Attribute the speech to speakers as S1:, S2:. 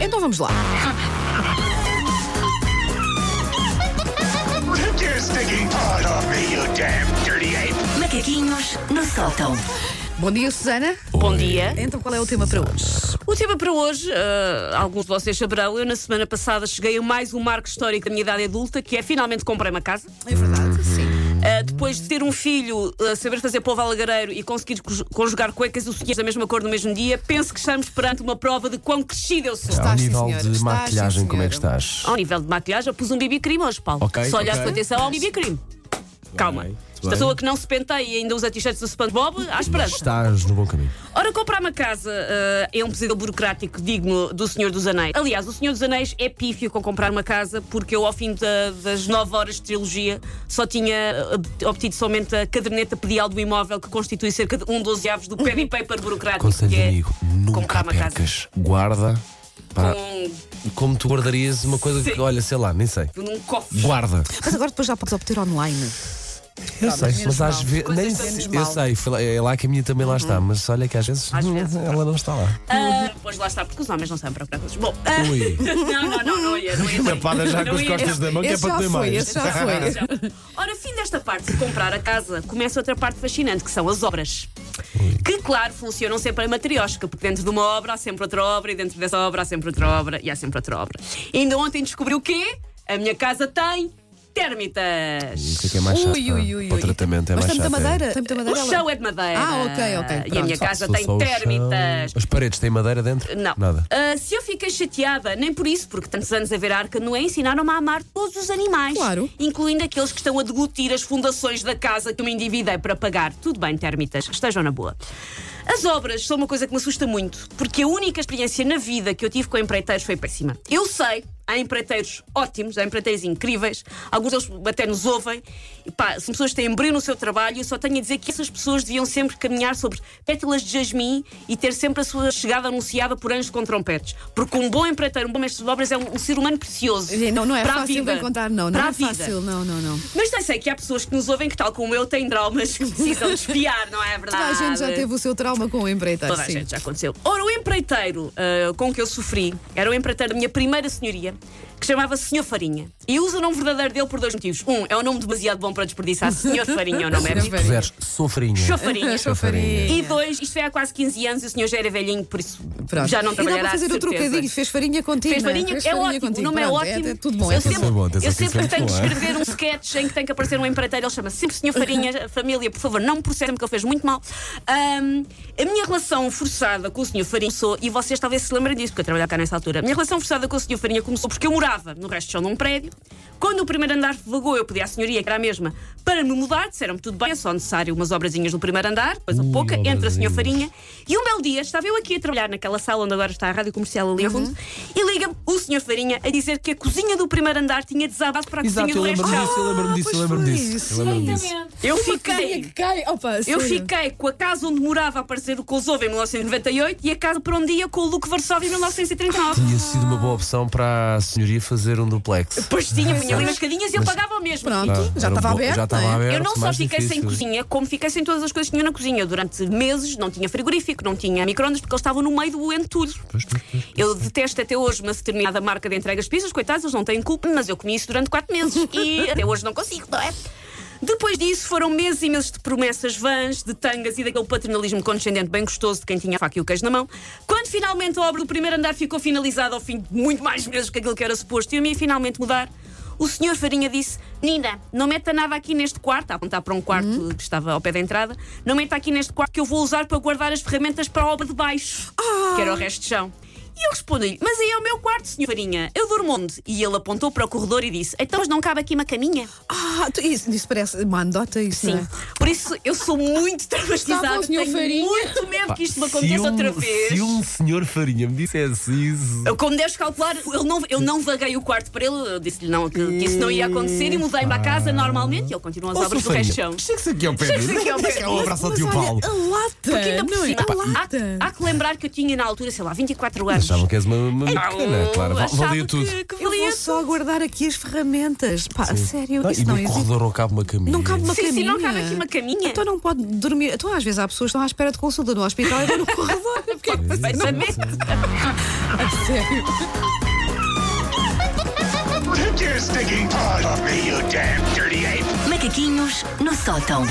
S1: Então vamos lá.
S2: Take your stinking paws off me, you damn dirty ape!
S3: Macaquinhos no sótão.
S1: Bom dia, Susana.
S4: Bom dia.
S1: Então qual é o tema para hoje?
S4: O tema para hoje, ah, alguns de vocês saberão, eu na semana passada cheguei a mais um marco histórico da minha idade adulta, que é finalmente comprei uma casa.
S1: É verdade, sim.
S4: Ah, depois de ter um filho, ah, saber fazer povo alagareiro e conseguir cos- conjugar cuecas e sutiãs da mesma cor no mesmo dia, penso que estamos perante uma prova de quão crescida eu sou.
S1: Está,
S5: Ao
S1: sim,
S5: nível
S1: senhora.
S5: de
S1: Está,
S5: maquilhagem,
S1: sim,
S5: como é que
S1: senhora.
S5: estás?
S4: Ao nível de maquilhagem, eu pus um BB cream hoje, Paulo.
S5: Ok,
S4: se olhasse
S5: ok.
S4: com atenção ao BB cream. Calma.
S5: bem,
S4: Esta
S5: muito bem.
S4: pessoa que não se penteia e ainda usa t-shirts do SpongeBob, à esperança.
S5: Estás no bom caminho.
S4: Ora, comprar uma casa ah, é um pesadelo burocrático digno do Senhor dos Anéis. Aliás, o Senhor dos Anéis é pífio com comprar uma casa, porque eu, ao fim da- das nove horas de trilogia, só tinha ah, ob- obtido somente a caderneta pedial do imóvel, que constitui cerca de um dos avos do pad and paper burocrático.
S5: Conselho
S4: que
S5: de
S4: é
S5: amigo, nunca
S4: comprar uma casa.
S5: percas. Guarda. pá,
S4: Com-
S1: Um-
S5: Como tu guardarias uma coisa que,
S4: Sim.
S5: olha, sei lá, nem sei.
S4: Num cofre.
S5: Guarda.
S1: Mas agora depois já podes obter online.
S5: Eu sei,
S1: menos
S5: mas às
S1: mal.
S5: vezes.
S1: Coisas
S5: Nem
S1: menos
S5: sei, eu
S1: mal. Uhum.
S5: sei, foi lá- é lá que a minha também lá está, mas olha que às vezes
S4: Às vezes.
S5: ela não está lá.
S4: Ah, pois lá está, porque os homens não sabem procurar coisas. Bom, ah,
S5: Ui.
S4: não, não, não, não ia, não ia.
S5: Tapada já
S4: Não
S5: com as
S4: ia.
S5: costas da mão, que é
S1: esse
S5: para
S1: já foi,
S5: ter mais.
S1: esse já foi.
S4: Ah, Ora, fim desta parte de comprar a casa, começa outra parte fascinante, que são as obras. Que, claro, funcionam sempre em matriosca, porque dentro de uma obra há sempre outra obra, e dentro dessa obra há sempre outra obra, e há sempre outra obra. E ainda ontem descobri o quê? A minha casa tem térmitas.
S5: Isso é que é mais chato.
S1: Ui, ui, ui,
S5: para o
S1: ui.
S5: tratamento é
S1: Mas
S5: mais
S1: tem muita
S5: chato. é.
S1: madeira? Tem muita
S4: O
S1: madeira? ela?
S4: chão é de madeira.
S1: Ah, ok, ok,
S4: E a
S1: pronto.
S4: minha casa
S5: Só-
S4: tem
S5: só o chão.
S4: térmitas.
S5: As paredes têm madeira dentro?
S4: Não.
S5: Nada.
S4: Ah, se eu fiquei chateada, nem por isso, porque tantos anos a ver a arca não é ensinaram-me a amar todos os animais.
S1: Claro.
S4: Incluindo aqueles que estão a deglutir as fundações da casa que eu me endividei para pagar. Tudo bem, termitas, estejam na boa. As obras são uma coisa que me assusta muito, porque a única experiência na vida que eu tive com empreiteiros foi péssima. Eu sei, há empreiteiros ótimos, há empreiteiros incríveis, alguns deles até nos ouvem. E pá, são pessoas que têm brilho no seu trabalho, eu só tenho a dizer que essas pessoas deviam sempre caminhar sobre pétalas de jasmim e ter sempre a sua chegada anunciada por anjos com trompetes. Porque um bom empreiteiro, um bom mestre de obras é um, um ser humano precioso.
S1: Não, não é
S4: para a
S1: fácil
S4: vida,
S1: de encontrar, não. Não
S4: para a
S1: é
S4: vida.
S1: fácil, não, não, não.
S4: Mas eu sei que há pessoas que nos ouvem que, tal como eu, têm traumas que precisam de espiar, não é verdade?
S1: Toda a gente já teve o seu trauma com o empreiteiro,
S4: Toda a
S1: sim.
S4: gente já aconteceu. Ora, o empreiteiro ah, com que eu sofri era o empreiteiro da minha primeira senhoria, que chamava-se Senhor Farinha. E eu uso o nome verdadeiro dele por dois motivos. Um, é um nome demasiado bom para desperdiçar. Senhor Farinha é o nome.
S1: Senhor
S4: é bonito.
S1: Farinha.
S5: Puseres sofrinha.
S4: Senhor Farinha.
S1: É, Chofarinha.
S4: E dois, isto foi há quase 15 anos e o senhor já era velhinho, por isso
S1: Pronto.
S4: já não
S1: e dá
S4: trabalhará
S1: para fazer
S4: de
S1: o
S4: certeza.
S1: trocadilho, fez farinha contigo.
S4: Fez
S1: não é?
S4: farinha,
S1: Fez
S4: é
S1: farinha
S4: ótimo,
S1: contigo.
S4: o nome é
S1: Pronto,
S4: ótimo.
S1: é tudo bom, é
S4: eu
S1: tudo
S4: sempre,
S1: bom.
S5: bom, atenção
S4: eu
S5: que isso é
S4: sempre
S5: muito
S4: tenho que
S5: bom, é?
S4: escrever um sketch em que tem que aparecer um empreiteiro, ele chama -se sempre Senhor Farinha, família, por favor, não me processem porque ele fez muito mal. Ahm, a minha relação forçada com o Senhor Farinha começou, e vocês talvez se lembrem disso, porque eu trabalhava cá nessa altura. A minha relação forçada com o Senhor Farinha começou porque eu morava no resto de chão num prédio. Quando o primeiro andar vagou, eu pedi à senhoria, que era a mesma, para me mudar, disseram-me tudo bem, é só necessário umas obrazinhas no primeiro andar, depois a
S5: Ui,
S4: pouca, entra o Senhor
S5: obrazinhas.
S4: Farinha. E um belo dia estava eu aqui a trabalhar naquela sala onde agora está a rádio comercial ali ao fundo
S5: Uhum.
S4: e liga-me o Sr. Farinha a dizer que a cozinha do primeiro andar tinha desabado para a
S5: Exato,
S4: cozinha
S5: eu
S4: do resto.
S5: lembro-me disso, eu lembro-me disso, eu lembro-me
S1: Ah, foi
S5: disso.
S1: isso.
S5: Eu lembro-me disso.
S4: Eu
S1: Uma carinha que
S4: fiquei.
S1: cai. Opa,
S4: Eu
S1: sério.
S4: fiquei com a casa onde morava a aparecer o Kosovo em 1998 e a casa para onde ia com o Luke Varsóvia em 1939.
S5: Tinha sido uma boa opção para a senhoria fazer um duplex.
S4: Pois tinha, vinha ali nas cadinhas e eu pagava o mesmo.
S1: Pronto, já
S5: era um
S1: estava
S5: bo-
S1: aberto.
S5: Já estava
S1: não é?
S5: aberto.
S4: Eu não só
S5: mais
S4: fiquei sem
S5: difícil.
S4: cozinha, como fiquei sem todas as coisas que tinha na cozinha. Durante meses não tinha frigorífico, não tinha microondas, porque eles estavam no meio do entulho. Eu detesto até hoje uma determinada marca de entregas de pizzas, coitados, eles não têm culpa, mas eu comi isso durante quatro meses e até hoje não consigo, não é? Depois disso foram meses e meses de promessas vãs, de tangas e daquele paternalismo condescendente bem gostoso de quem tinha a faca e o queijo na mão. Quando finalmente a obra do primeiro andar ficou finalizada ao fim de muito mais meses que aquilo que era suposto e eu me ia finalmente mudar, o senhor Farinha disse: Nina, não meta nada aqui neste quarto, a apontar para um quarto que estava ao pé da entrada, não meta aqui neste quarto que eu vou usar para guardar as ferramentas para a obra de baixo, que era o resto de chão. E eu respondi-lhe: Mas aí é o meu quarto, senhor Farinha, eu durmo onde? E ele apontou para o corredor e disse: Então, mas não cabe aqui uma caminha?
S1: Ah, tu- isso, isso parece uma anedota, isso
S4: Sim.
S1: não é?
S4: Por isso, eu sou muito traumatizada.
S1: Estava o senhor
S4: Tenho
S1: Farinha.
S4: muito medo que isto me aconteça
S5: se um,
S4: outra vez.
S5: Se um senhor Farinha me dissesse isso.
S4: Eu, Como deves calcular, eu não, eu não vaguei o quarto para ele, eu disse-lhe não, que, que isso não ia acontecer e mudei-me à casa normalmente e ele continua as
S5: Ó,
S4: obras do
S5: Sofia,
S4: resto de
S1: Ah,
S4: chão.
S5: Chega-se aqui ao pé de
S4: Chega-se
S5: mim.
S4: aqui ao pé de
S5: É um abraço ao
S1: Mas
S5: tio
S1: olha,
S5: Paulo.
S1: a lata.
S4: Porque ainda por
S1: não é?
S4: cima,
S1: A
S4: há- há,
S1: lata.
S4: que lembrar que eu tinha na altura, sei lá, 24 anos.
S5: Achavam que és uma, uma
S4: Então,
S5: pequena, claro. Val-
S4: achava
S5: Valia tudo.
S4: Que, que
S1: Eu
S4: valia
S1: vou só guardar aqui as ferramentas. Pá, a sério,
S5: Ah,
S1: isso
S5: e
S1: não
S5: no
S1: existe.
S5: corredor não cabe uma caminha.
S1: Não cabe uma
S4: Sim,
S1: caminha.
S4: sim, não cabe aqui uma caminha.
S1: Então não pode dormir. Então às vezes há pessoas que estão à espera de consulta no hospital e vão no corredor.
S4: Perfeitamente.
S1: Sério.
S2: Take your stinking paws off me, you damn dirty ape!
S3: Macaquinhos no sótão.